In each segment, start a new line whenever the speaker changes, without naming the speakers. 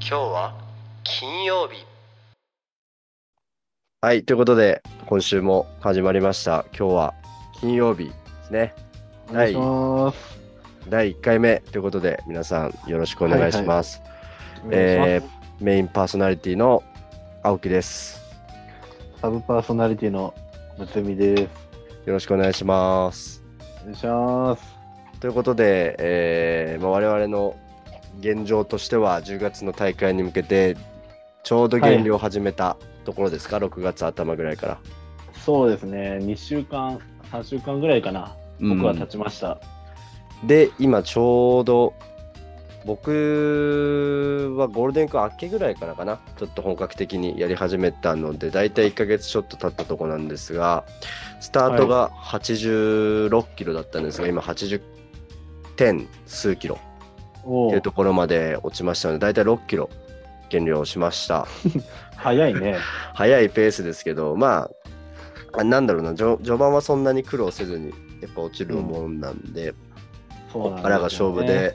今日は金曜日
はい、ということで、今週も始まりました。今日は金曜日ですね。
お願いします。
第1回目ということで、皆さんよろしくお願いします。
お願い
え
しま
ーメインパーソナリティの青木です。
すサブパーソナリティのつみです。
よろしくお願いします。
お願いします。
ということで、えーまあ、我々の現状としては、10月の大会に向けて、ちょうど減量を始めたところですか、6月頭ぐらいから。
そうですね、2週間、3週間ぐらいかな、僕は
うん
経ちました。
で今ちょうど僕はゴールデンウィーク明けぐらいからかなちょっと本格的にやり始めたので大体1ヶ月ちょっと経ったとこなんですがスタートが86キロだったんですが、今80点数キロ
お
という
お、
ところまで落ちましたので大体6キロ減量しました
早 いね。
早いペースですけどまああなんだろうな序序盤はそんなに苦労せずにやっぱ落ちるもんなんで、
そ
こ
うな
こ
んですよね
からが勝負で、。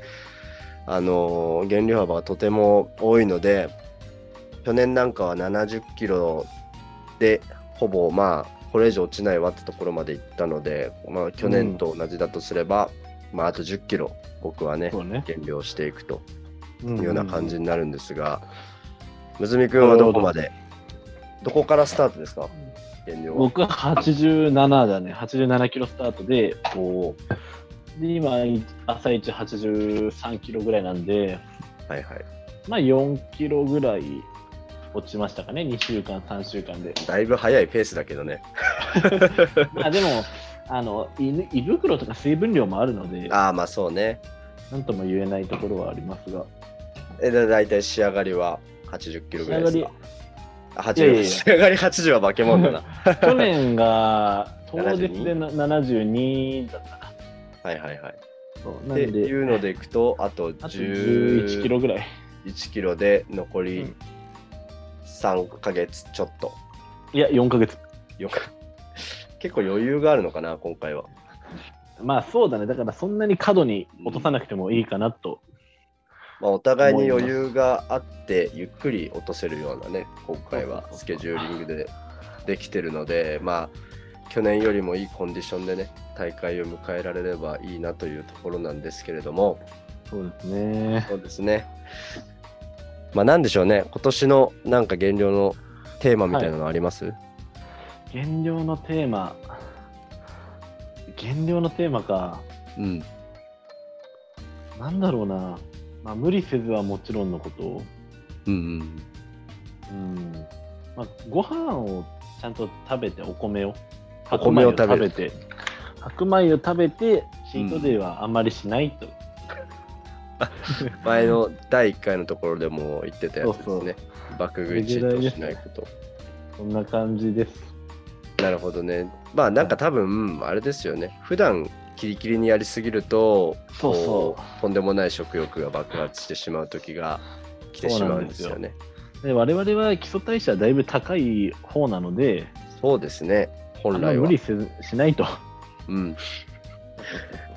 あのー減量幅がとても多いので去年なんかは70キロでほぼまあこれ以上落ちないわってところまで行ったので、まあ、去年と同じだとすれば、まあ、あと10キロ僕はね
そうね。
減量していくと
う
い
ん
うような感じ。になるんですが、むずみくんはどこまでどこからスタートですか減量は
僕は87だね、87キロスタートで、
おー
で今、朝一83キロぐらいなんで、
はいはい
まあ4キロぐらい落ちましたかね、2週間、3週間で。
だいぶ早いペースだけどね
まあでもあの胃胃袋とか水分量もあるので、
ああまあそうね
なんとも言えないところはありますが、
えだ大体仕上がりは80キロぐらいですかあ80
いやいやいや
仕上がり80は化け物だ な
去年が当日で
72?
な72だったか
はいはいはい
そう
っ
なん
て
で、
いうのでいくとあと
あと11キロぐらい。
1キロで残
う
り
ん
3ヶ月ちょっと、
いや、4ヶ月。
よか結構余裕があるのかな今回は
まあそうだね、だからそんなに過度に落とさなくてもいいかなと。
まあ、お互いに余裕があってゆっくり落とせるようなね今回はスケジューリングでできてるのでまあ去年よりもいいコンディションでね大会を迎えられればいいなというところなんですけれども
そうですね。
そうですねまあなんでしょうね今年のなんか減量のテーマみたいなのあります、
減量のテーマ、減量のテーマか、
うん
なんだろうな、まあ無理せずはもちろんのこと。
うんうん
うんまあ、ご飯をちゃんと食べてお米を
お米を
白
食
米
べる
て白米を食べてチートデイはあんまりしないと、
前の第1回のところでも言ってたやつですね
そうそう
爆食いチートしないこと
そんな感じです
なるほどね。まあなんか多分あれですよね。普段キリキリにやりすぎると
そうそ
こうとんでもない食欲が爆発してしまう時が来てしまうんですよね。
うで我々は基礎代謝だいぶ高い方なので
そうですね。
あ
本
んま
来は
無理。せずしないと
うん。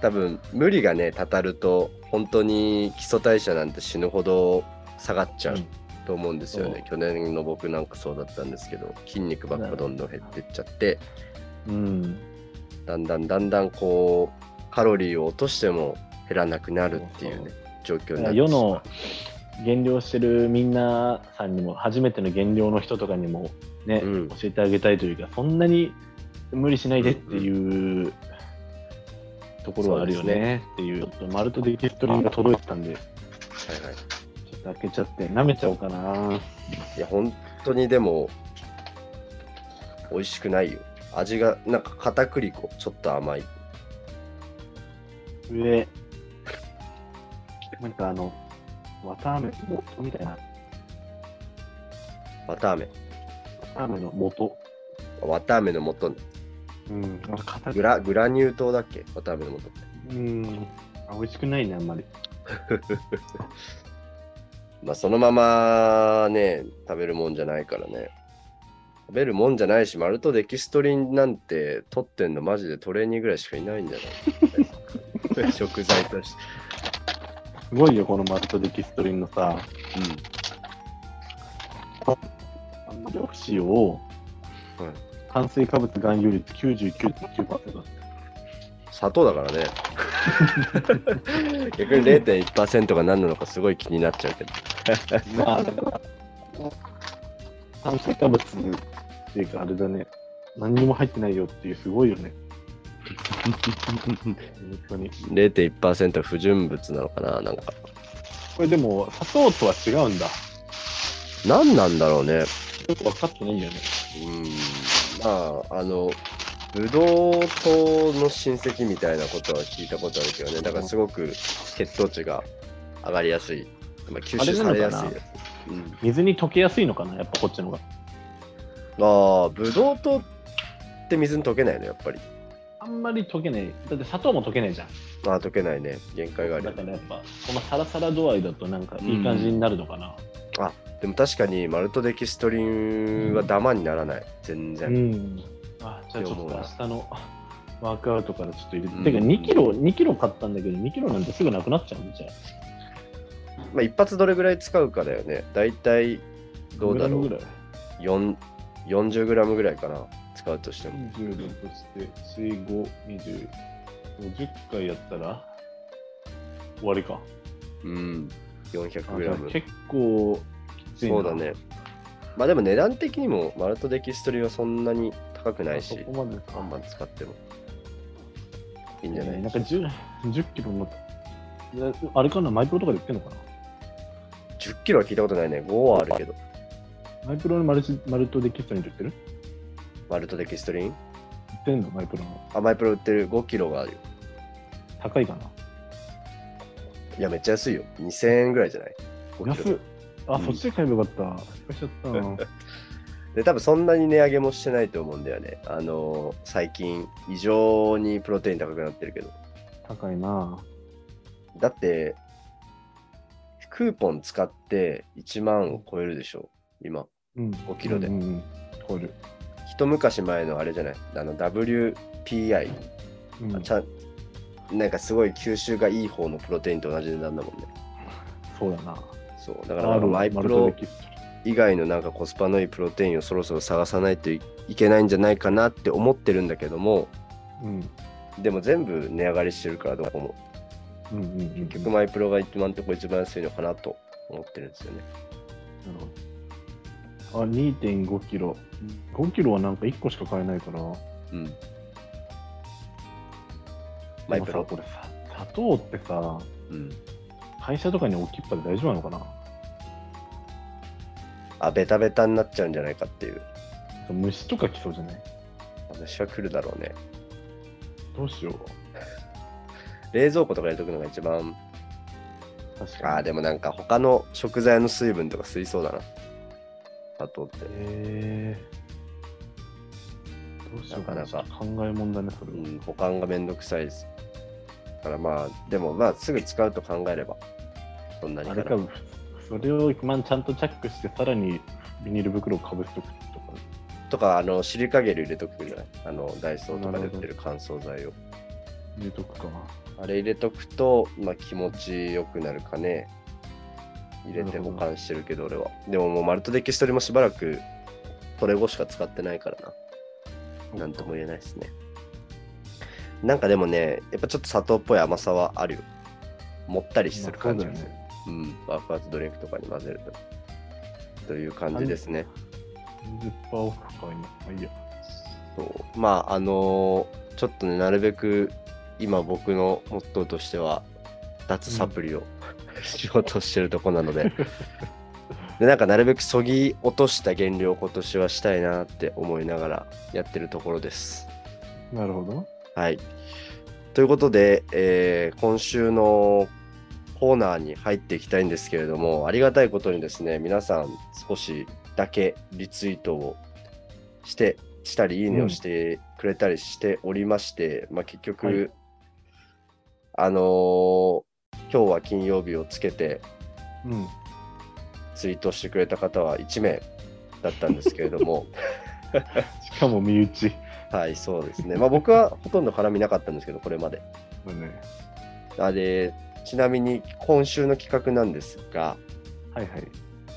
多分無理がねたたると本当に基礎代謝なんて死ぬほど下がっちゃう
うん
と思うんですよね。去年の僕なんかそうだったんですけど筋肉ばっかどんどん減ってっちゃって。
うん
だんだんだんだんこうカロリーを落としても減らなくなるっていうね状況になって
世
しまう
の減量してるみんなさんにも初めての減量の人とかにもね、
うん
教えてあげたいというかそんなに無理しないでっていうところはあるよね,、
そうです
っていうちょっとマルトデキストリーが届いてたんでち
はいはい、
ょっと開けちゃって舐めちゃおうかない
や本当にでも美味しくないよ味がなんか片栗粉ちょっと甘い
上なんかあの綿あめみたいな
綿あめ
綿あめの元
綿あめの素
うんあの硬
グ
く
ラグラニュー糖だっけ綿あめの素
うんあ美味しくないねあんまり
まあそのままね食べるもんじゃないからね食べるもんじゃないしマルトデキストリンなんて取ってんのマジでトレーニーぐらいしかいないんじゃない 食材として
すごいよこのマルトデキストリンのさ
うん
緑子を
はい
炭水化物含有率99.9%
砂糖だから ね逆に0.1%が何なのかすごい気になっちゃうけど
まあ、炭水化物っていうか、あれだね、何にも入ってないよっていう、すごいよね。本当に。
0.1%不純物なのかななんか
これでも、砂糖とは違うんだ。
何なんだろうね
ちょっと分かってないよね。
うんまああのブドウ糖の親戚みたいなことは聞いたことあるけどねだからすごく血糖値が上がりやすい、まあ、吸収されやすい
あれなのかな
やつうん
水に溶けやすいのかな、やっぱこっちの方が。
ああブドウ糖って水に溶けないのやっぱり
あんまり溶けない。だって砂糖も溶けないじゃん。
ああ溶けないね限界があるよ
だ
ね
からやっぱ、このサラサラ度合いだと、なんかいい感じになるのかな。
でも確かにマルトデキストリンはダマにならない、全
う
然、
ん。あ、じゃあちょっと明日の。 ワークアウトからちょっと入れて、
うん
てか2キロ、2キロ買ったんだけど、2キロなんてすぐなくなっちゃうんじゃん。
まあ、一発どれぐらい使うかだよねだいたいどうだろ
グラムぐら
う
い
4 40グラムぐらいかな使うとしても
20だとして、水5、20、50回やったら終わりか。
うん400
あ
グ
じゃ
ラ
あ
ム
結構きついな。
そうだねまあでも値段的にもマルトデキストリンはそんなに高くない
そ
し
こまでか。
バンバン使ってもいいんじゃない、
えーなんか 10, 10キロの、なあれかな、マイクロとかで売ってんのかな
10キロは聞いたことないね5はあるけど
マイクロのマルチマルトデキストリンで売ってる
マルトデキストリン
売ってんのマイクロの。
甘いプロ売ってる5キロがあるよ
高いかな。
いやめっちゃ安いよ2000円ぐらいじゃない5キロ
安っ。あ、
うん
そっちで買えばよかった。失敗しちゃった な。
で多分そんなに値上げもしてないと思うんだよね。あのー最近異常にプロテイン高くなってるけど。
高いな。
だってクーポン使って1万を超えるでしょ今。
うん。
5キロで
うんうんうん。超える。
一昔前のあれじゃないあの WPI、
うん
ちゃんなんかすごい吸収がいい方のプロテインと同じ値段だもんね。
そうだな。
そうだからなんかマイプロ
キストリン
以外のなんかコスパのいいプロテインをそろそろ探さないといいけないんじゃないかなって思ってるんだけども
うん
でも全部値上がりしてるからどこも。
うんうんうん、
結局マイプロが今のところ一番安いのかなと思ってるんですよね。
なるほどあ2.5キロ5キロはなんか1個しか買えないから
うん。マイプ
でも
ロ
さ。これさ砂糖ってさ
うん。
会社とかに置きっぱで大丈夫なのかな
あ、ベタベタになっちゃうんじゃないかっていう。
虫とか来そうじゃない
私は来るだろうね。
どうしよう
冷蔵庫とか入れとくのが一番。
確かに
あー、でもなんか他の食材の水分とか吸いそうだな。砂糖って。
えー、どうしようかな
なかなか
考えもんだねそれ
う
は、
ん、保管がめんどくさいです。だからまあ、でもまあ、すぐ使うと考えれば、そんなに
あ
か
れ
な
かそれをまあちゃんとチャックしてさらにビニール袋をかぶせとくとか
とか、あの、シリカゲル入れとくんじゃないあの、ダイソーとかで売ってる乾燥剤を。
入れとくかな
あれ入れとくと、まあ、気持ちよくなるかね。入れ
な
て
るほ
保
ど
管してるけど、俺は。でももうマルトデキストリもしばらくトレゴしか使ってないからな。なんとも言えないですね。なんかでもね、やっぱちょっと砂糖っぽい甘さはあるよ。もったりする感じがする。
まあ
うん。爆発ドリンクとかに混ぜると。という感じですね。
そうだよね20%オフか今まあいいや
そうまああのーちょっとねなるべく今僕のモットーとしては脱サプリを、 しようとしてるとこなのででなんかなるべくそぎ落とした減量を今年はしたいなって思いながらやってるところです。
なるほど
はい。ということで、えー今週のコーナーに入っていきたいんですけれども、ありがたいことにですね、皆さん少しだけリツイートをして、したり、いいねをしてくれたりしておりまして、まあ結局、
はい
あのー今日は金曜日をつけて
うん
ツイートしてくれた方は1名だったんですけれど も、
しかも身内
はい、そうですね。まあ僕はほとんど絡みなかったんですけど、これまで。
だね。
あれちなみに今週の企画なんですが、
はいはい。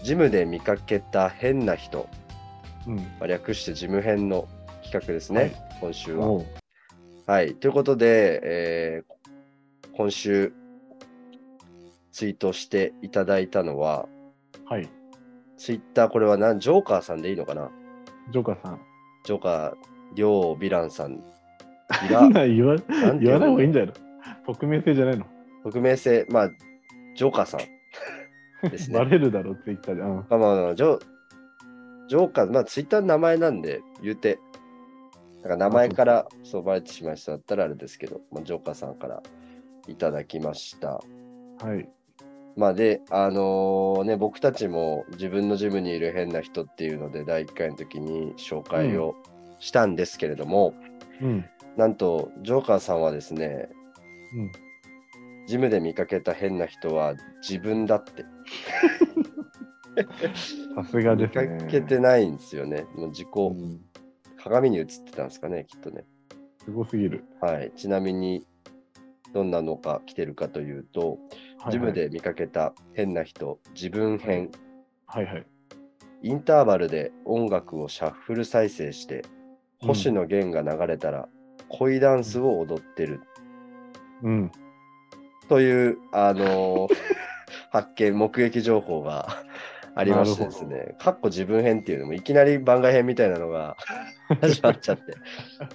ジムで見かけた変な人、
うん。
まあ略してジム編の企画ですね、
はい
今週は。
おう
はい。ということで、えー今週、ツイートしていただいたのは、
はい。
ツイッター、これは何ジョーカーさんでいいのかな
ジョーカーさん。
ジョーカー、りょうヴィランさん
そん
が、
なん言わ
なんて
言わない方がいい
うん
じゃないの匿名性じゃないの、
の匿名性、まあ、ジョーカーさんですね
バ。レるだろ、ツイッターで。うん。
まあまあまあ、ジョジョーカー、まあ、ツイッターの名前なんで、言うて、なんか名前からそうバレてしまいそうだったらあれですけど、まあ、ジョーカーさんからいただきました。
はい。
まあで、あのね、僕たちも自分のジムにいる変な人っていうので、第1回の時に紹介をしたんですけれども、
うん。
なんと、ジョーカーさんはですね、
うん。
ジムで見かけた変な人は自分だって。
さすがで
見
す
か
ね。
けてないんですよね。もう自己、
うん
鏡に映ってたんですかね、きっとね。
すごすぎる。
はい、ちなみにどんなのが来てるかというと、
はいはい
ジム。で見かけた変な人、自分編、
はいはい。
インターバルで音楽をシャッフル再生して、
うん
星野源が流れたら恋ダンスを踊ってる
うん。
という、あのー 発見、目撃情報がありましてです
な
ね、かっこ自分編っていうのも、いきなり番外編みたいなの が始まっちゃって、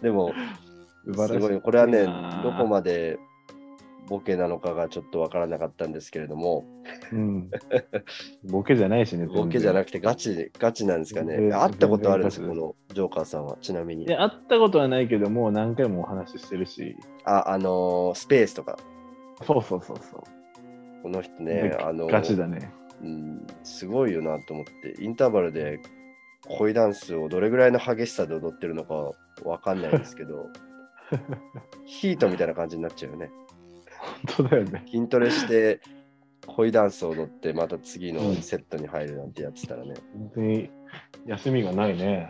でも、
素晴らし
す
い。
ごい、これはね、どこ
で。
までボケなのかがちょっとわからなかったんですけれども、
うん。ボケじゃな いしね。
ボケじゃな
く
くてガチ、ガチなんですか
全
ね。
然
会ったことあるんです
全
こ
然
のジョーカーさんは、ちなみに
い。や、会ったことはないけど、もう何回もお話ししてるし。
あ、あのースペースとか、
そうそうそうそう。
この人ね、あのー
ガチだね。
うん、すごいよなと思って、インターバルで恋ダンスをどれぐらいの激しさで踊ってるのかわかんないですけ ど、ヒートみたいな感じになっちゃうよね。
本当だよね。
筋トレして恋ダンスを踊って、また次のセットに入るなんてやってたらね、
本当に休みがないね。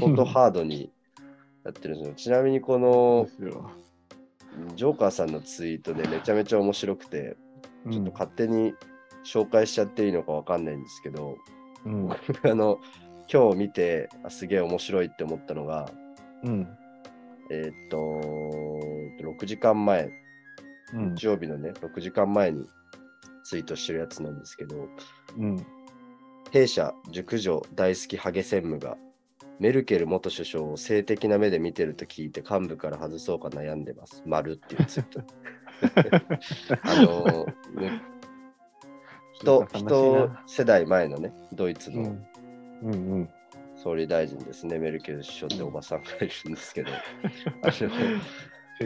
本当ハードにやってるんですよ。ちなみにこ
そ
の
うですよ。
ジョーカーさんのツイートでめちゃめちゃ面白くて、
うん
ちょっと勝手に紹介しちゃっていいのかわかんないんですけど、
うん。
あの、今日見て、あすげえ面白いって思ったのが、
うん。
えーっと、6時間前、
うん
日曜日のね、6時間前にツイートしてるやつなんですけど、
うん。
弊社熟女大好きハゲ専務がメルケル元首相を性的な目で見てると聞いて幹部から外そうか悩んでます。丸っていうツイー ト。あのね、人
悲しいな
世代前のね、ドイツ
う
の
ん。うん うん。
総理大臣ですね、メルケル首相っておばさんがいるんです けど、あの
性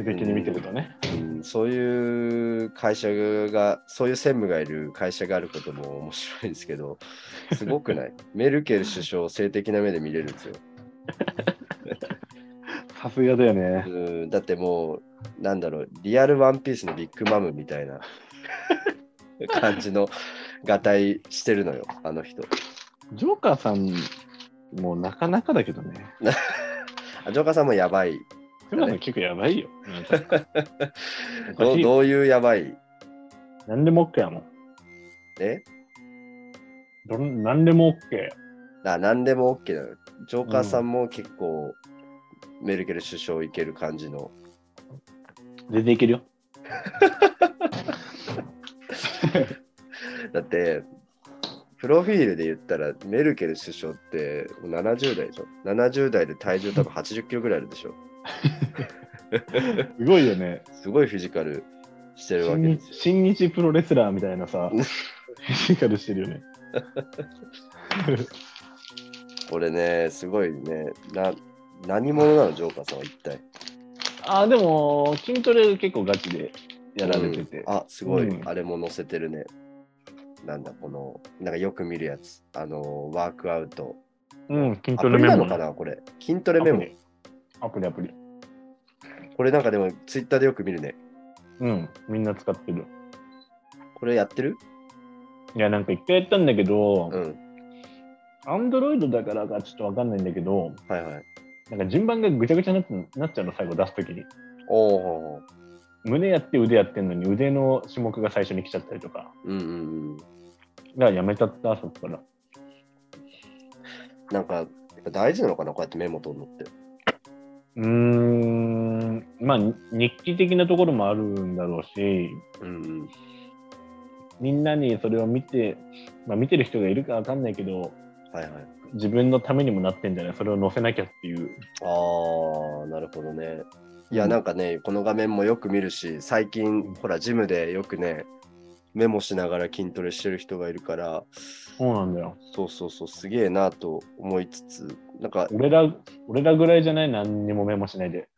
的に見てるとね。
うんそういう会社が、そういう専務がいる会社があることも面白いんですけど、すごくない メルケル首相を性的な目で見れるんですよ。
さすがだよね。
うんだってもう、なんだろう、リアルワンピースのビッグマムみたいな感じのがたいしてるのよ、あの人。
ジョーカーさんもなかなかだけどね。
あジョーカーさんもやばい。
普段の結構やばいよ。なんか
どうどういうやばい
何でも OK やもん。
え
どん何でも OK。
あ何でも OK なの。ジョーカーさんも結構、メルケル首相いける感じの。
全然いけるよ。
だって、プロフィールで言ったら、メルケル首相ってもう70代でしょ。70代で体重多分80キロぐらいあるでしょ。
すごいよね。
すごいフィジカルしてるわ
新
けで
日
すよ。
新日プロレスラーみたいなさ、フィジカルしてるよね。
俺ね、すごいね、な何者なの、ジョーカーさんは一体。
あ、でも筋トレ結構ガチでやられてて。
うんあ、すごい、
うん
あれも載せてるね。なんだ、この、なんかよく見るやつ。あの、ワークアウト。
うん、
ア
筋ト
プ
レ
リ
メ
な
モ
の
ね
かな、これ。筋トレメモ。
アプリアプリ。
これなんかでも、ツイッターでよく見るね。
うん、みんな使ってる。
これやってる
いや、なんか一回やったんだけど
う、ん。
アンドロイドだからかちょっとわかんないんだけど、
はいはい。
なんか順番がぐちゃぐちゃになってなっちゃうの、最後出すときに。
おお。
胸やって腕やってんのに腕の種目が最初に来ちゃったりとか、
うんうんうん。
がやめちゃった、そっから。
なんか、やっぱ大事なのかな、こうやってメモ取るのって。
うーん、まあ、に日記的なところもあるんだろうし、
うん
みんなにそれを見て、まあ、見てる人がいるかわかんないけど、
うん。はいはい。
自分のためにもなってんじゃないそれを載せなきゃっていう。
ああ、なるほどね。いや、
うん
なんかね、この画面もよく見るし、最近、ほら、ジムでよくね、メモしながら筋トレしてる人がいるから、
そうなんだよ。
そうそうそう、すげえなと思いつつ、なんか、
俺ら、俺らぐらいじゃない何にもメモしないで。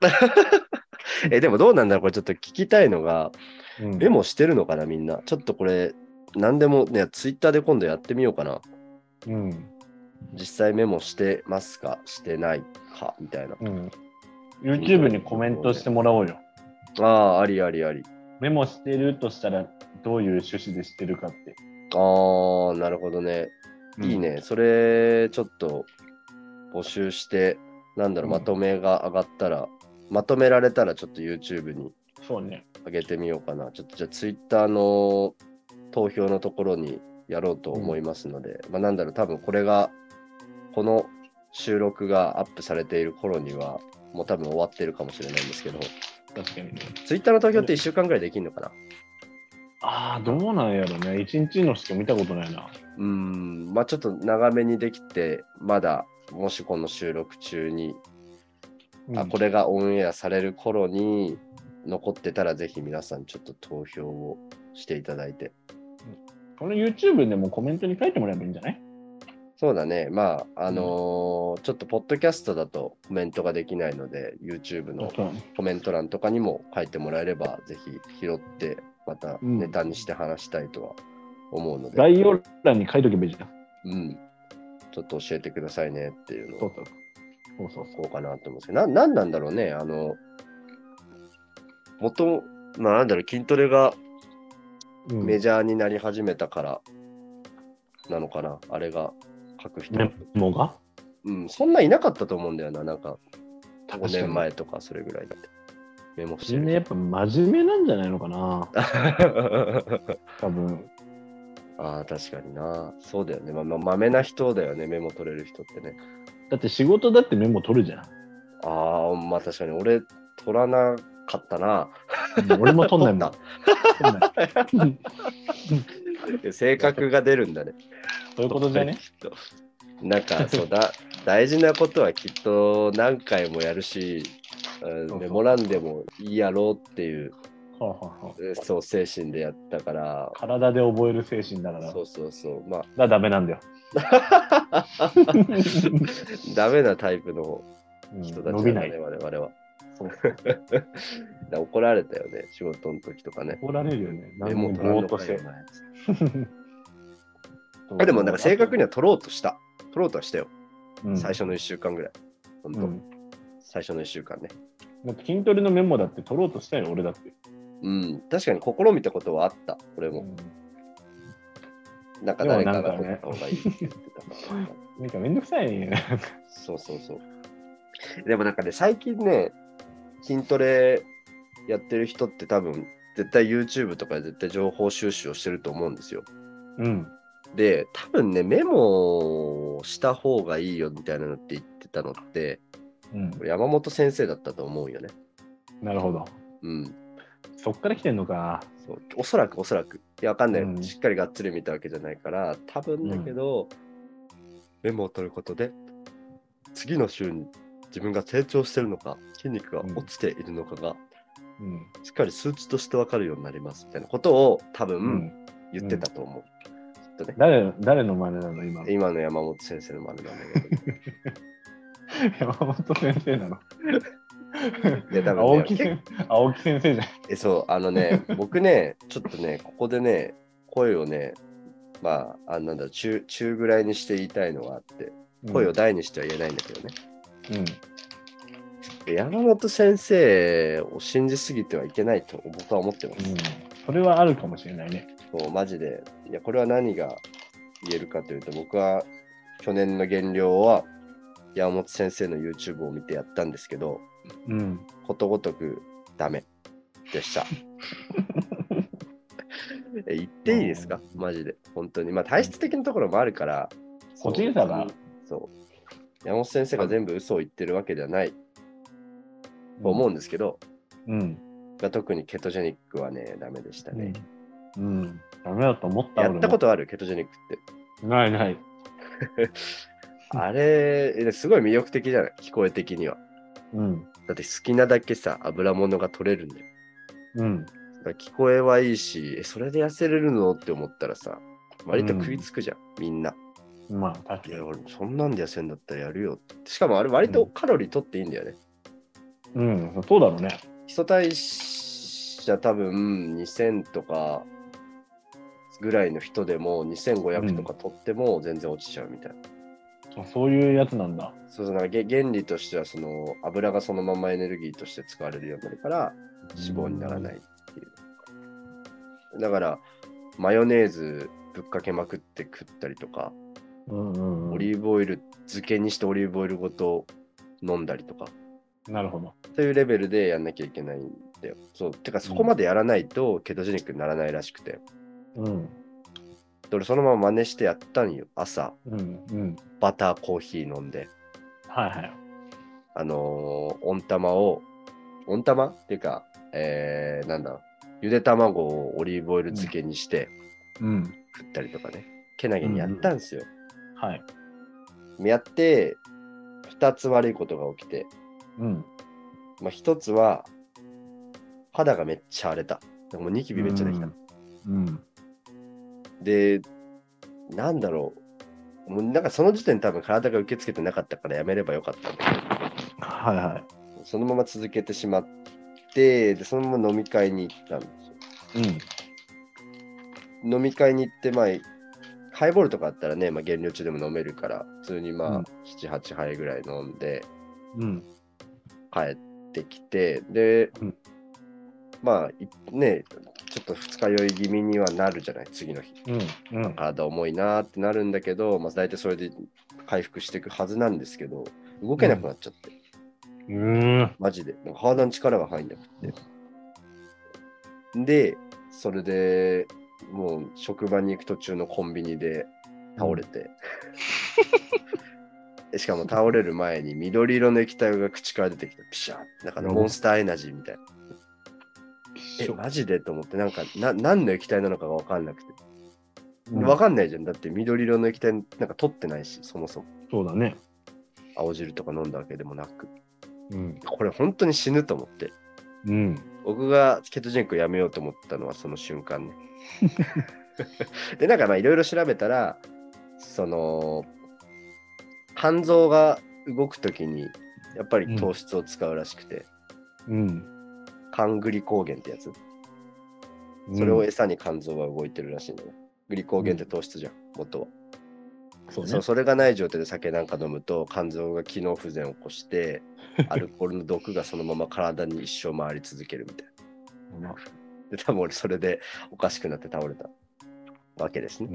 え、でもどうなんだろう、これちょっと聞きたいのが、
うん、
メモしてるのかな、みんな。ちょっとこれ、何でもね、ツイッターで今度やってみようかな。
うん。
実際メモしてますか、してないか、みたいな。
うん。YouTube にコメントしてもらおうよ。
ああ、ありありあり。
メモしてるとしたら、どういう趣旨でしてるかって。
ああ、なるほどね。いいね。それ、ちょっと募集して、なんだろう、
うん
まとめが上がったら、まとめられたらちょっと YouTube に
うん。そうね。
上げてみようかな。ちょっとじゃあ Twitter の投票のところにやろうと思いますので、まあなんだろう、多分これが、この収録がアップされている頃には、もう多分終わってるかもしれないんですけど、
確かにね。
Twitter の投票って1週間ぐらいできるのかな
ああ、どうなんやろね。一日のしか見たことないな。
うーん、まあちょっと長めにできて、まだ、もしこの収録中にあこ
れ。
れがオンエアされる頃に残ってたらぜひ皆さんちょっと投票をしていただいて
この YouTube でもコメントに書いてもらえばいいんじゃない
そうだねまああのーちょっとポッドキャストだとコメントができないので YouTube の
そう
コメント欄とかにも書いてもらえればぜひ拾ってまた
うん
ネタにして話したいとは思うので、
概要欄に書いとけばいいじゃん。
うん、ちょっと教えてくださいねっていうの
そ
を
うそう。そうそう
こうかなと思うんですけど、ななんなんだろうね、あの、元、まあなんだろう、筋トレが
そう。
メジャーになり始めたからなのかな、あれが書く人、
メモが
うん。そんないなかったと思うんだよな、なんか5
確か
年
に。
前とかそれぐらいって。メモして
みんなや
る
っ。ぱ真面目なんじゃないのかな多分。
ああ、確かにな。そうだよね。まあ、まあ、まめな人だよね、メモ取れる人ってね。
だって仕事だってメモ取るじゃん。
ああ、まあ確かに、俺、取らなかったな。
うん俺も取んな いもん。取んない
性格が出るん だね。
そういうことじゃね
きっと なんかそうだ大事なことはきっと何回もやるし、うん
そう
メモらんでもいいやろうっていう
はあはあはあ
えそう精神でやったから
体で覚える精神だから。だか
そうそうそう まあ
らダメなんだよ。
ダメなタイプの
うん
人たち
伸び
だ
な
ね
い。
我々は
そう
だ怒られたよね仕事の時とかね
怒られるよね。
メ
何
モ
も
取ら
ぼ
ん
ーっ
の
と
か
し
よ
て
お。前あでもなんか正確には取ろうとした取ろうとはしたよ、
うん
最初の1週間ぐらい本当、
うん
最初の1週間ね
だって筋トレのメモだって取ろうとしたよ、俺だって。
うん確かに試みたことはあった俺も、なんか誰かが取った方がいいって言ってたから。
なんかめんどくさいね。
そうそうそう。でもなんかね、最近ね、筋トレやってる人って多分、絶対 YouTube とかで絶対情報収集をしてると思うんですよ。
うん。
で、多分ね、メモをした方がいいよみたいなのって言ってたのって、
うん
これ山本先生だったと思うよね。
なるほど。
うん。
そっから来てんのか。
そうおそらくおそらく。いや、わかんない、
うん
しっかりがっつり見たわけじゃないから、多分だけど、メモを取ることで、次の週に自分が成長してるのか、筋肉が落ちているのかが、
うん。
しっかり数値としてわかるようになりますみたいなことを多
う
分。言ってたと思う。きっとね。
誰誰の真似なの今の。
今の山本先生の真似なん だけど。
山本先生なの。
いや多分ね
青木先青木先生じゃん。
え、そう、あのね、僕ね、ちょっとね、ここでね、声をね、まあ、あなんだ中、中ぐらいにして言いたいのがあって、声を大にしては言えないんだけどね。
うん。
山本先生を信じすぎてはいけないと僕は思ってます
う。ん。それはあるかもしれないね。
そうマジで。いや、これは何が言えるかというと、僕は去年の減量は山本先生の YouTube を見てやったんですけど、
うん。
ことごとくダメでした。え言っていいですかマジで。本当に。まあ体質的なところもあるから、
個人差が
そう。山本先生が全部嘘を言ってるわけではないと思うんですけど、
うん。
まあ特にケトジェニックはね、ダメでしたね。
うん。ダメだと思った
やったこととあるケトジェニックって。
ないない。
あれ、えすごい魅力的じゃない聞こえ的には。
うん。
だって好きなだけさ、油物が取れるんだよ。
うん。
だから聞こえはいいし、えそれで痩せれるのって思ったらさ、割と食いつくじゃん、みんな。
まあ、確
い
か
や、
に。
俺、そんなんで痩せんだったらやるよって。しかもあれ、割とカロリー取っていいんだよね。
うん。そうだろうね。
基礎代謝多分2000とかぐらいの人でも2500とか取っても全然落ちちゃうみたいな。
あそういうやつなんだ。
そうそうなんかげ原理としてはその油がそのままエネルギーとして使われるようになるから脂肪にならないっていう。だからマヨネーズぶっかけまくって食ったりとか、
うんうん、う
オ
ん。
リーブオイル漬けにしてオリーブオイルごと飲んだりとか
なるほど。
というレベルでやんなきゃいけないんだよ。そうてかそこまでやらないとケトジェニックにならないらしくて。
うん。
で俺そのまま真似してやったんよ。朝、
うん。うん。
バターコーヒー飲んで、
はいはい。
あのー温玉を、温玉っていうか、えー、なんだ、ゆで卵をオリーブオイル漬けにして
うん。
食ったりとかね、けなげにやったんすよ。
はい。
やって、2つ悪いことが起きて、
うん。
まあ、1つは、肌がめっちゃ荒れた。でもニキビめっちゃできた。
うん。
で、なんだろう。もうなんかその時点多分体が受け付けてなかったからやめればよかったんだけど、
はいは
そのまま続けてしまって、でそのまま飲み会に行ったんですよ。
い。うん。
飲み会に行って、まあ、ハイボールとかあったらね、まあ、減量中でも飲めるから、普通にま
う
あ
ん、
7、8杯ぐらい飲んで
うん。
帰ってきて、で、
うん
まあ、いね、ちょっと二日酔い気味にはなるじゃない、次の日。
うん。うん。
体重いなーってなるんだけど、まあ、大体それで回復していくはずなんですけど、動けなくなっちゃって、
うん。
マジで。なんか体に力が入んなくて。で、それでもう職場に行く途中のコンビニで倒れて。でしかも倒れる前に緑色の液体が口から出てきて、ピシャーってなんかモンスターエナジーみたいな。え、マジでと思って、なんかな何の液体なのかが分かんなくて。分かんないじゃん。だって緑色の液体なんか取ってないし、そもそも。
そうだね。
青汁とか飲んだわけでもなく。
うん。
これ本当に死ぬと思って。
うん。
僕がケトジェニックをやめようと思ったのはその瞬間ね。で、なんかまあいろいろ調べたら、その、肝臓が動くときに、やっぱり糖質を使うらしくて、
うん。
肝グリコーゲンってやつ。それを餌に肝臓が動いてるらしいのよ。グリコーゲンって糖質じゃん、元は。
そう
そうそれがない状態で酒なんか飲むと肝臓が機能不全を起こして アルコールの毒がそのまま体に一生回り続けるみたい
な
なで多分俺それでおかしくなって倒れたわけですね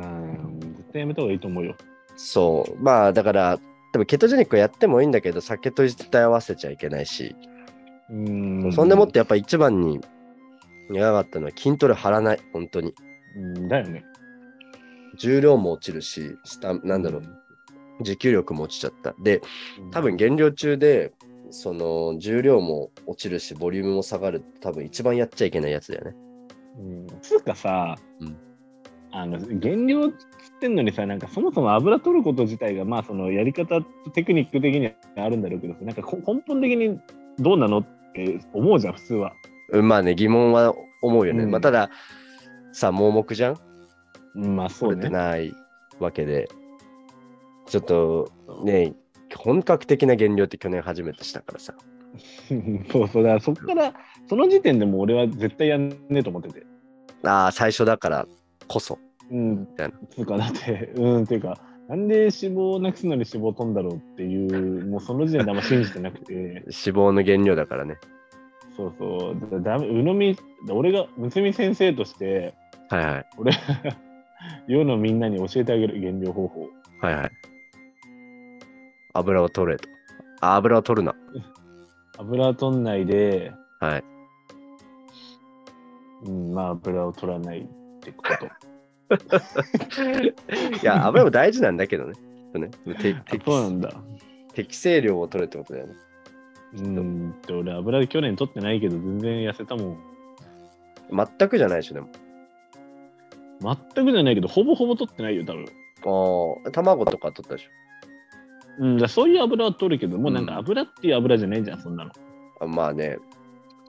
絶対やめた方がいいと思うよ。
そうまあだから多分ケトジェニックはやってもいいんだけど酒と絶対合わせちゃいけないし、
うん
そんでもってやっぱ一番に苦かったのは筋トレ張らない本当に
うんだよね。
重量も落ちるしスタンなんだろう、持久力も落ちちゃったで
うん。
多分減量中でその重量も落ちるしボリュームも下がる多分一番やっちゃいけないやつだよね
うん。つうかさ
うん、
あの減量っつってんのにさなんかそもそも油取ること自体がまあそのやり方とテクニック的にはあるんだろうけどさなんかこ根本的にどうなのって思うじゃん普通は。
うんまあね疑問は思うよね、
うん
まあたださ盲目じゃん
うんまあそ
取
う
れて
ね。
ないわけで、ちょっとね本格的な減量って去年初めてしたからさ
そうそうだからそこからその時点でもう俺は絶対やんねえと思ってて。
ああ最初だからこそ
うん
たいな。
つうかだって うんっていうかなんで脂肪をなくすのに脂肪を取んだろうっていうもうその時点であんま信じてなくて
脂 肪の減量だからね
そうそうだだうのみ俺がむみ先生として
はいはい
俺 世のみんなに教えてあげる減量方法
はいはい油を取れとあ油を取るな
油取んないで、
はい
うん、まあ油を取らないってこと。
い や、油も大事なんだけどね。ちょっとねて 適
そうなんだ。
適正量を取れってことだよね。
うーんと、俺、油で去年取ってないけど、全然痩せたもん。
全くじゃないでしょ、で
全くじゃないけど、ほぼほぼ取ってないよ、多分。
も。ああ、卵とか取ったでし
うん、だからそういう油は取るけど、もうなんか油っていう油じゃないじゃん、そんなの。
ょ。あまあね、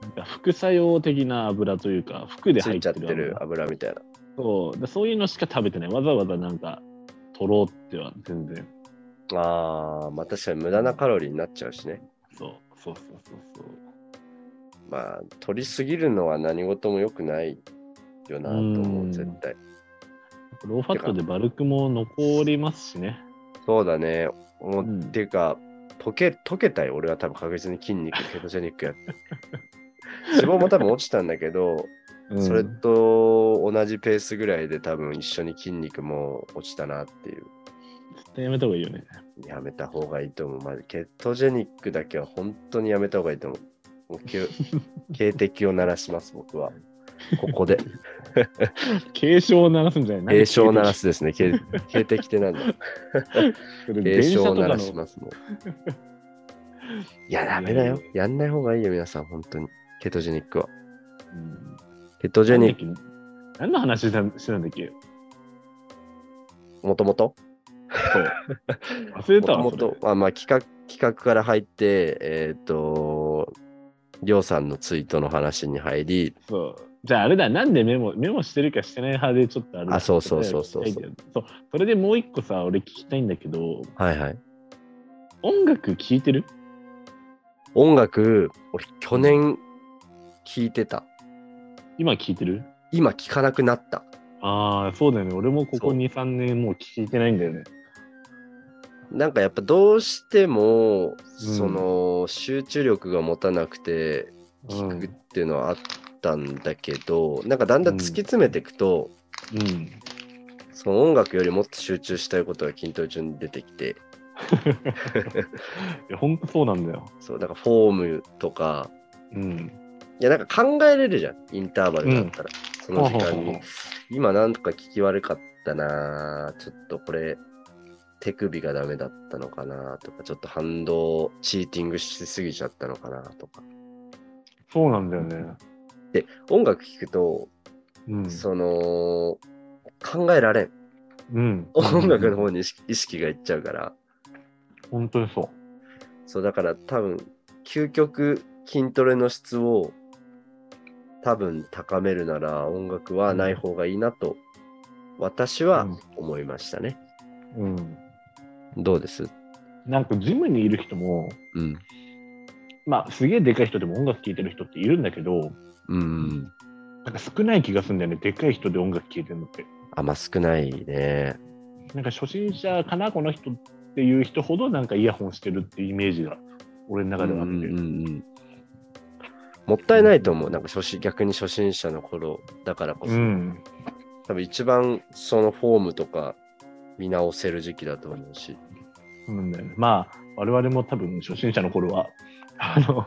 なんか副作用的な油というか、服で
つ
入っ
いちゃ
て
って
る
る油みたいな。
そうだそういうのしか食べてない。わざわざなんか取ろうっては全然。
ああ、まあ確かに無駄なカロリーになっちゃうしね。
そうそうそうそうそう。
まあ、取りすぎるのは何事も良くないよなと思
う
う、
ん
絶対。
ローファットでバルクも残りますしね。
そうだね。思っ
うん
ていうか、溶け、溶けたよ。俺は多分確実に筋肉、ケトジェニッ クやって。脂肪も多分落ちたんだけど、
うん
それと同じペースぐらいで多分一緒に筋肉も落ちたなっていう。
絶対やめた方がいいよね。
やめた方がいいと思う。まずケトジェニックだけは本当にやめた方がいいと思う。もう け警笛を鳴らします、僕は。ここ で。
警鐘を鳴らすんじゃない
警鐘を鳴ら。すですね。警警笛ってなんだ
電
警
車
鐘を
と
鳴
から
し
の
ます、もう。いや、ダメだよ。やんない方がいいよ、皆さん、本当に。ケトジェニックは。
うん
ケトジェニック、
何の話してたんしてたんだっけ
もともと
そう。忘れたわ。
もともと、まあまあ企画、企画から入って、えっ、と、りょうさんのツイートの話に入り、
それそう。じゃああれだ、なんでメモメモしてるかしてない派でちょっとあれだ
あそうそうそうそう
書いてあるそう。それでもう一個さ、俺聞きたいんだけど、
はいはい。
音楽聴いてる
音楽、俺、去年、聴いてた。
今聴いてる
今、聴かなくなった。
ああ、そうだよね。俺もここ
そう
2、3年もう聞いてないんだよね。
なんかやっぱどうしても、
うん
その、集中力が持たなくて、
う
聞
ん
くっ。ていうのはあったんだけど、なんかだんだん突き詰めていくと、
うん、
その音楽よりもっと集中したいことが筋トレ中に出てきて、
いや、ほんとそうなんだよ。
そう、なんかフォームとか、
うん。
いや、なんか考えれるじゃん、インターバルだったら、その時間
ほうほうほう
に。今、なんとか聞き悪かったなぁちょっとこれ、手首がダメだったのかなとか、ちょっと反動、チーティングしすぎちゃったのかなとか。
そうなんだよね。
で、音楽聴くと、
うん。
その、考えられん。
うん、
音楽の方に意識意識がいっちゃうから。
本当にそう。
そう、だから多分、究極筋トレの質を多分高めるなら音楽はない方がいいなと、私は思いましたね。
うん。
どうです
なんかジムにいる人も、
うん。
まあ、すげえでかい人でも音楽聴いてる人っているんだけど、
うん。
なんか少ない気がするんだよね。でかい人で音楽聴いてるのって。
あんま少ないね。
なんか初心者かな、この人っていう人ほど、なんかイヤホンしてるっていうイメージが、俺の中ではあって。
うんうんうんもったいないと思う。なんか初心逆に初心者の頃だからこそ、
うん
多分一番そのフォームとか見直せる時期だと思うし。
そうなんだよね。まあ、我々も多分初心者の頃は、 あの、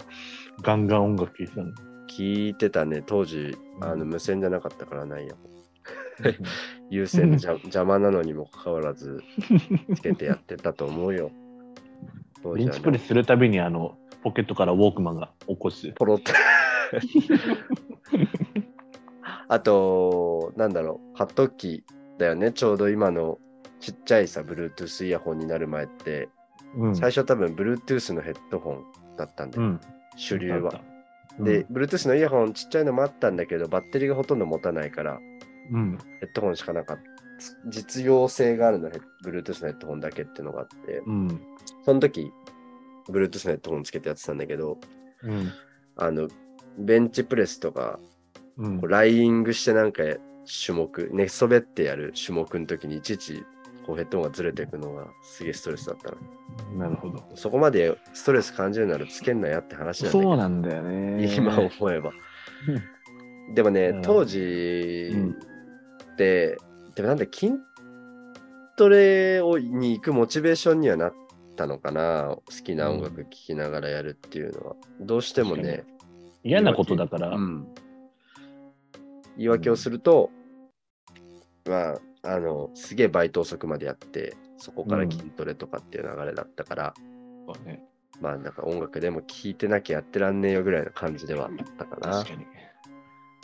ガンガン音楽聴いて たの。
聞いてたね、当時、
うん
あの無線じゃなかったからないや。優先のじゃ邪魔なのにもかかわらず、つけてやってたと思う よ。当
リ
時
ン
は
チプレ
ね、
スするたびに、あの、ポケットからウォークマンが起こして。
ポロッと。 あと、なんだろう、カット機だよね、ちょうど今のちっちゃいさ、Bluetooth イヤホンになる前って、
うん
最初多分 Bluetooth のヘッドホンだったんで、
うん。
主流
だ
は
っ。た。
で、Bluetooth のイヤホンちっちゃいのもあったんだけど、バッテリーがほとんど持たないから、
うん、
ヘッドホンしかなかった。実用性があるの、ヘッ Bluetooth のヘッドホンだけっていうのがあって、
うん。
その時、Bluetooth のヘッドホンつけてやってたんだけど、
うん。
あの、ベンチプレスとか、
うん
こう。ライイングしてなんか種目、寝そべってやる種目の時にいちいちこうヘッドホンがずれていくのがすげえストレスだったの。
なるほど。
そこまでストレス感じるならつけんなやって話なんだけ
そう
ど、
なんだよね。
今思えば。でもね、
うん
当時
うん
って、でもなんだ、筋トレをに行くモチベーションにはなったのかな、好きな音楽聴きながらやるっていうのは。どうしてもね、
嫌なことだから、
うん言い訳をすると、は、あの、すげえバイト遅くまでやって、そこから筋トレとかっていう流れだったから、
そうね。
まあなんか音楽でも聴いてなきゃやってらんねえよぐらいの感じではあったかな。
確かに。
ま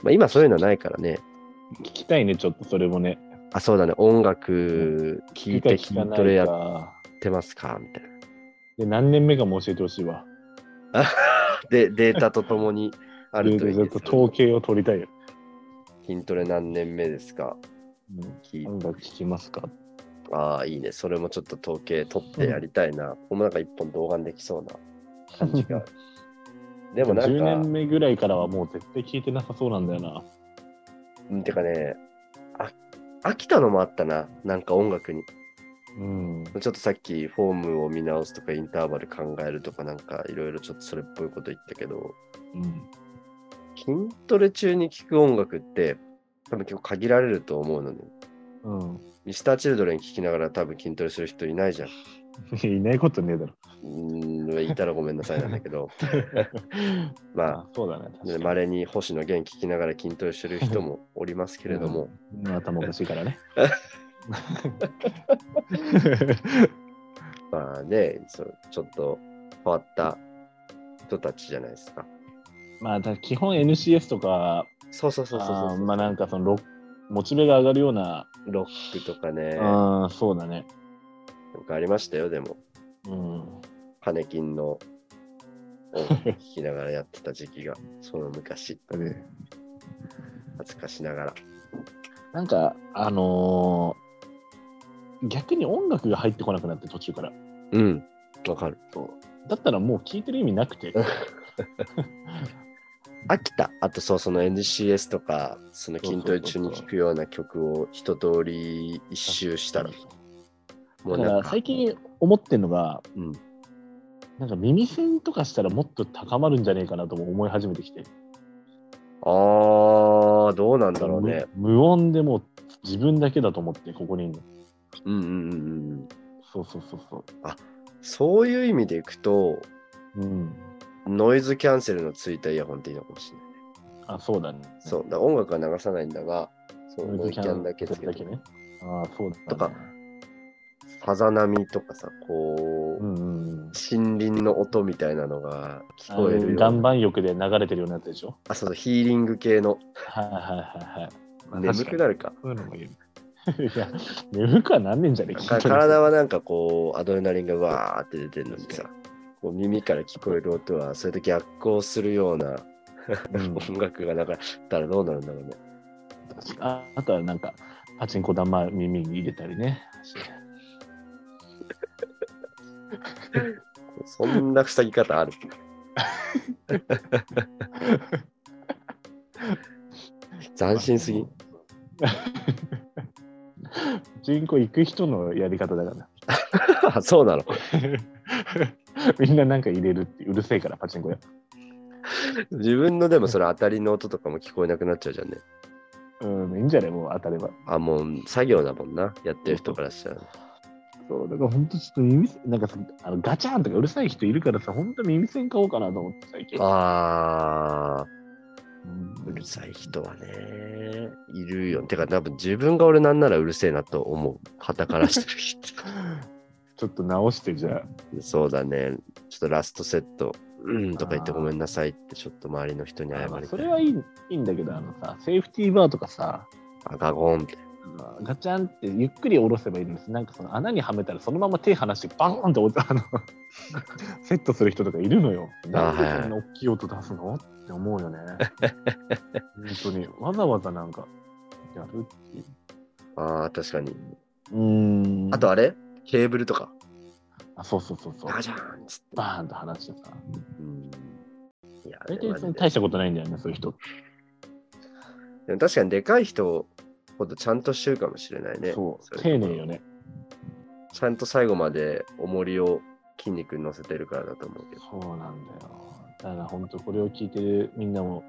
あ今そういうのないからね。
聞きたいね、ちょっとそれもね。
あ、そうだね。音楽聴いて筋トレやっ
か。
てますかみたいな。
で、何年目かも教えてほしいわ。
で、データとともにあるといい
ず っ
です
と
ね
統計を取りたいよ。
筋トレ何年目ですか
うん
聞い
音楽聞きますか
ああ、いいね。それもちょっと統計取ってやりたいな。ここもなんか一本動画にできそうな感じ が。でもな
10
ん
年
か、
目ぐらいからはもう絶対聞いてなさそうなんだよな。
うん、てかね、あ飽きたのもあったな。なんか音楽に。
うん。
ちょっとさっきフォームを見直すとかインターバル考えるとかなんかいろいろちょっとそれっぽいこと言ったけど、
うん。
筋トレ中に聴く音楽って多分結構限られると思うのね。
うん。
ミスターチルドレン聴きながら多分筋トレする人いないじゃん。
いないことねえだろ。
うーん、いたらごめんなさいなんだけ ど、ま
あ、そうだね。確か
あ、
に
まれに星野源聴きながら筋トレしてる人もおりますけれども、
うん頭おかし いからね。
まあね、そうちょっと変わった人たちじゃないですか。
まあ、ただ基本 NCS とか、
そうそうそうそうそう
あーまあなんかそのロックモチベが上がるような、
ロックとかね、な
あーそうだね。
んかありましたよ、でも。
うん。
パネキンの音楽聴きながらやってた時期 が、その昔、恥ずかしながら。
なんか、あのー逆に音楽が入ってこなくなって途中から。
うん、わかる。
だったらもう聞いてる意味なくて。
飽きた。あとそう、その NCS とか、その筋トレ中に聴くような曲を一通り一周したら、も
だ
うな
か
ん
ら
か、
最近思ってんのが、
うん
なんか耳栓とかしたらもっと高まるんじゃねえかなとも思い始めてきて。
あー、どうなんだろうね。
無無音でもう自分だけだと思って、ここにいるの。
うんうんうんうん。
そうそうそうそ
そういう意味でいくと、
う。うん。
ノイズキャンセルのついたイヤホンっていいのかもしれない。
あ、そうだね。
そう、だから音楽は流さないんだが、そうノイキャンだけつけ
だ
て
け。ね。ああ、そうだ、ね。
とかさざ波とかさ、こう
う、んうんうん。
森林の音みたいなのが聞
あ
こえる
の
よう
岩
な。
盤浴で流れてるようなやつでしょ
あ、そうそう、ヒーリング系の。
はいはいはいはい。まあ
眠くなるか。
そういうのもいい。いや、眠くはなんねんじゃねえ
か体はなんかこう、アドレナリンがわーって出てるのにさ、こう耳から聞こえる音は、それと逆行するような
うん
音楽がなかったらどうなるんだろうね。
ああとはなんか、パチンコ玉耳に入れたりね。
そんな塞ぎ方ある。斬新す ぎ。。
パチンコ行く人のやり方だからな。
そうなの。
みんななんか入れるってうるせえから、パチンコや。
自分のでもそれ当たりの音とかも聞こえなくなっちゃうじゃんね。
うん、いいんじゃないもう当たれば。
あ、もう作業だもんな。やってる人からしたら。
そう、だから本当ちょっと耳栓、なんかさあのガチャンとかうるさい人いるからさ、本当耳栓買おうかなと思って最近。
あ
うん
ー、うるさい人はね、いるよ。てか、多分自分が俺なんならうるせえなと思う。傍からしてる 人。
ちょっと直してじゃあ。
そうだね。ちょっとラストセット、うんとか言ってごめんなさいって、ちょっと周りの人に謝
まあ
り
そ
た
れ
い。
はいいいいんだけど、あのさ、セーフティーバーとかさ、
あ、ガゴンって。
まあガチャンってゆっくり下ろせばいいんです。なんかその穴にはめたらそのまま手離してバーンって落 ちあのセットする人とかいるのよ。なんでそんな大きい音出すのって思うよね。本当に。わざわざなんかやるっていう。
ああ、確かに。
うん
あとあれケーブルとか。
あ、そうそうそうそう。
ガチャーンっつって。
バーンと話してさ。
うんいや、
大
でも
体
マ
そ
ジ
の
で
大したことないんだよね、そういう人。
でも確かにでかい人ほどちゃんとしてるかもしれないね。
そう。
れ
丁寧よね。
ちゃんと最後まで重りを筋肉に乗せてるからだと思うけど。
そうなんだよ。だから本当これを聞いてるみんなも、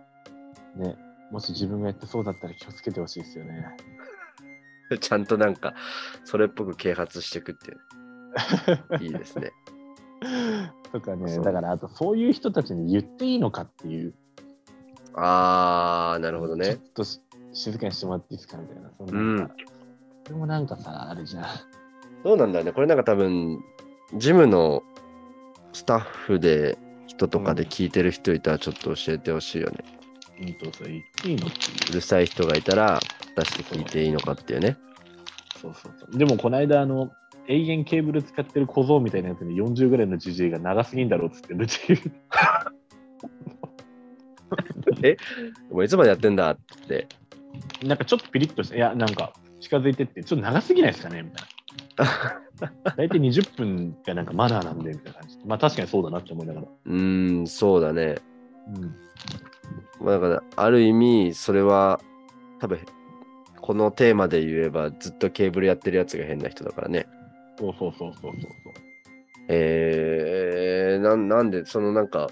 ね、もし自分がやってそうだったら気をつけてほしいです よね。
ちゃんとなんか、それっぽく啓発していくって いう。いいですね。
とかね、
そう
だからあとそういう人たちに言っていいのかっていう。
あー、なるほど
ちょっ
ね。
とし静かにしてもらっていいですかみたいな。そのなんかでもなんかさ、あれじゃん。
どうなんだろうね。これなんか多分、ジムのスタッフで人とかで聞いてる人いたらちょっと教えてほしいよね。
うんとさ、言っていいのっていう
うるさい人がいたら、出して聞いていいのかっていうね。
そうそうそう。でもこの間、あの、永遠ケーブル使ってる小僧みたいなやつに40ぐらいのじじいが長すぎんだろうっつってるっていう。
お前いつまでやってんだって。
なんかちょっとピリッとして、いや、なんか近づいてって、ちょっと長すぎないですかねみたい な。大体20分がなんかマナーなんで、みたいな感じ。まあ確かにそうだなって思いながら。
うーん、そうだね。
うん。
まあ、だから、ある意味、それは、多分、このテーマで言えば、ずっとケーブルやってるやつが変な人だからね。
そうそうそうそうそうそう。
えー、なんなんで、そのなんか、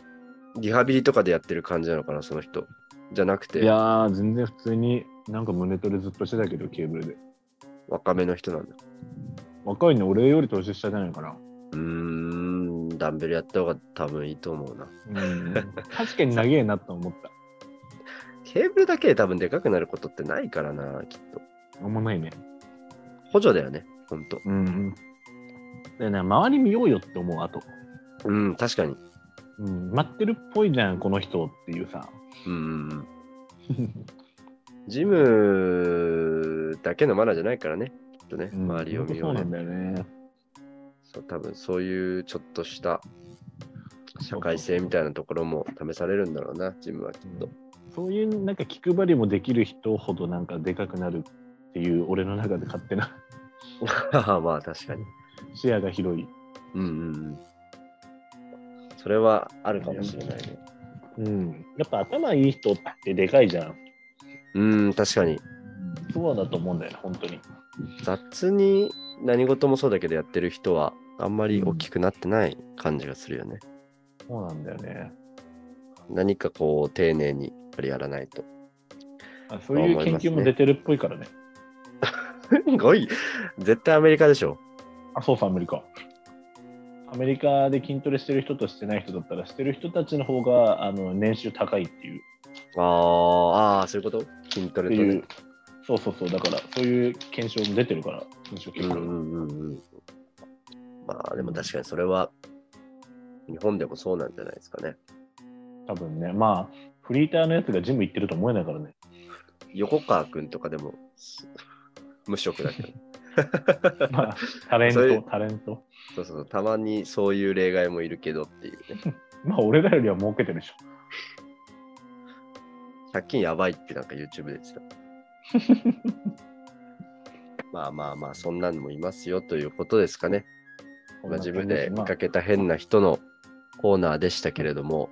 リハビリとかでやってる感じなのかな、その人。じゃなく
い
て、
やー、全然普通になんか胸トレずっとしてたけど、ケーブルで。
若めの人なんだ。
若いね、俺より年下じゃないのかな。
うーん、ダンベルやった方が多分いいと思うな。
うん、確かに長えなと思った。
ケーブルだけで多分でかくなることってないからな、きっと。
あんまないね。
補助だよね、ほんと。
うん。でね、周り見ようよって思う、あと。
うん、確かに。
うん、待ってるっぽいじゃん、この人っていうさ。
うんうんうん。 ジムだけのマナーじゃないからね、きっとね、周りを見よう
そうな
ね
ん。だよね。
そう多分そういうちょっとした社会性みたいなところも試されるんだろうな、ジムはきっと。
そういうなんか気配りもできる人ほどなんかでかくなるっていう俺の中で勝手な
まあ確かに。
視野が広い。
うんうんうん。それはあるかもしれないね。
うん。やっぱ頭いい人ってでかいじゃん。
うん、確かに。
そうだと思うんだよね、本当に。
雑に何事もそうだけどやってる人はあんまり大きくなってない感じがするよね。
そうなんだよね。
何かこう丁寧にやっぱりやらないと。
あそういう研究も出てるっぽいからね。
す ごい絶対アメリカでしょ。
あ、そうそう、アメリカ。アメリカで筋トレしてる人としてない人だったら、してる人たちの方があの年収高いっていう。
あーあー、そういうこと筋ト
っ
レ
て
と。
いう。そうそうそう、だから、そういう検証も出てるから、検証
う
結
ん
果。
うんうんうん。まあでも確かにそれは日本でもそうなんじゃないですかね。
多分ね、まあ、フリーターのやつがジム行ってると思えないか らね。
横川くんとかでもす無職だけど。
まあ、タレン
そうい
ト
う、
タレント。
そうそうそう、たまにそういう例外もいるけどっていうね。
まあ、俺らよりは儲けてるでしょ。
借金やばいってなんか YouTube で言ってた。 まあまあまあ、そんなのもいますよということですかね。まあ、自分で見
まあ
かけた変な人のコーナーでしたけれども、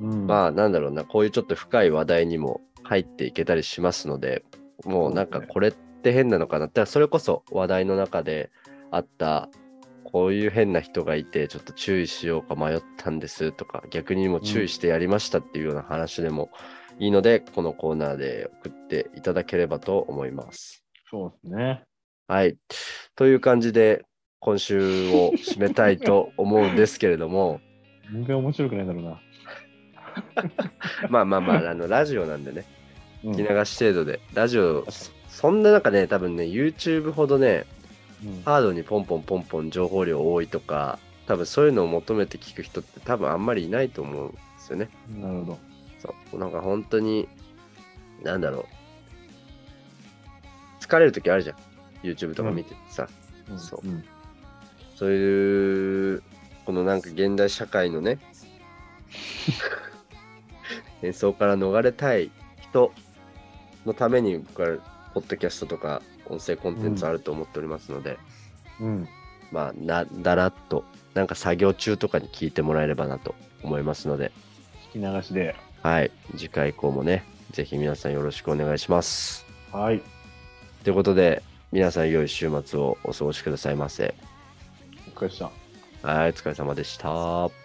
うん、
まあなんだろうな、こういうちょっと深い話題にも入っていけたりしますので、もうなんかこれって変なのかなって、それこそ話題の中であった、こういう変な人がいて、ちょっと注意しようか迷ったんですとか、逆にもう注意してやりましたっていうような話でもいいので、このコーナーで送っていただければと思います。
そうですね。
はい。という感じで、今週を締めたいと思うんですけれど も、
全然面白くないんだろうな。
まあまあまあ、あのラジオなんでね、
う
聞き
ん
流し程度で、ラジオ、そそんな中ね、多分ね、YouTube ほどね、
うん
ハードにポンポンポンポン情報量多いとか、多分そういうのを求めて聞く人って多分あんまりいないと思うんですよね。
なるほど。
そう。なんか本当に、なんだろう。疲れる時あるじゃん。YouTube とか見ててさ。
ん
そうんそういう、このなんか現代社会の ね、演奏から逃れたい人のために、僕は、ポッドキャストとか、音声コンテンツあると思っておりますので、
うん。
まあ、な、だらっと、なんか作業中とかに聞いてもらえればなと思いますので、
聞き流しで。
はい、次回以降もね、ぜひ皆さんよろしくお願いします。
はい。
ということで、皆さん良い週末をお過ごしくださいませ。
お疲れ様でした。
はい、お疲れ様でした。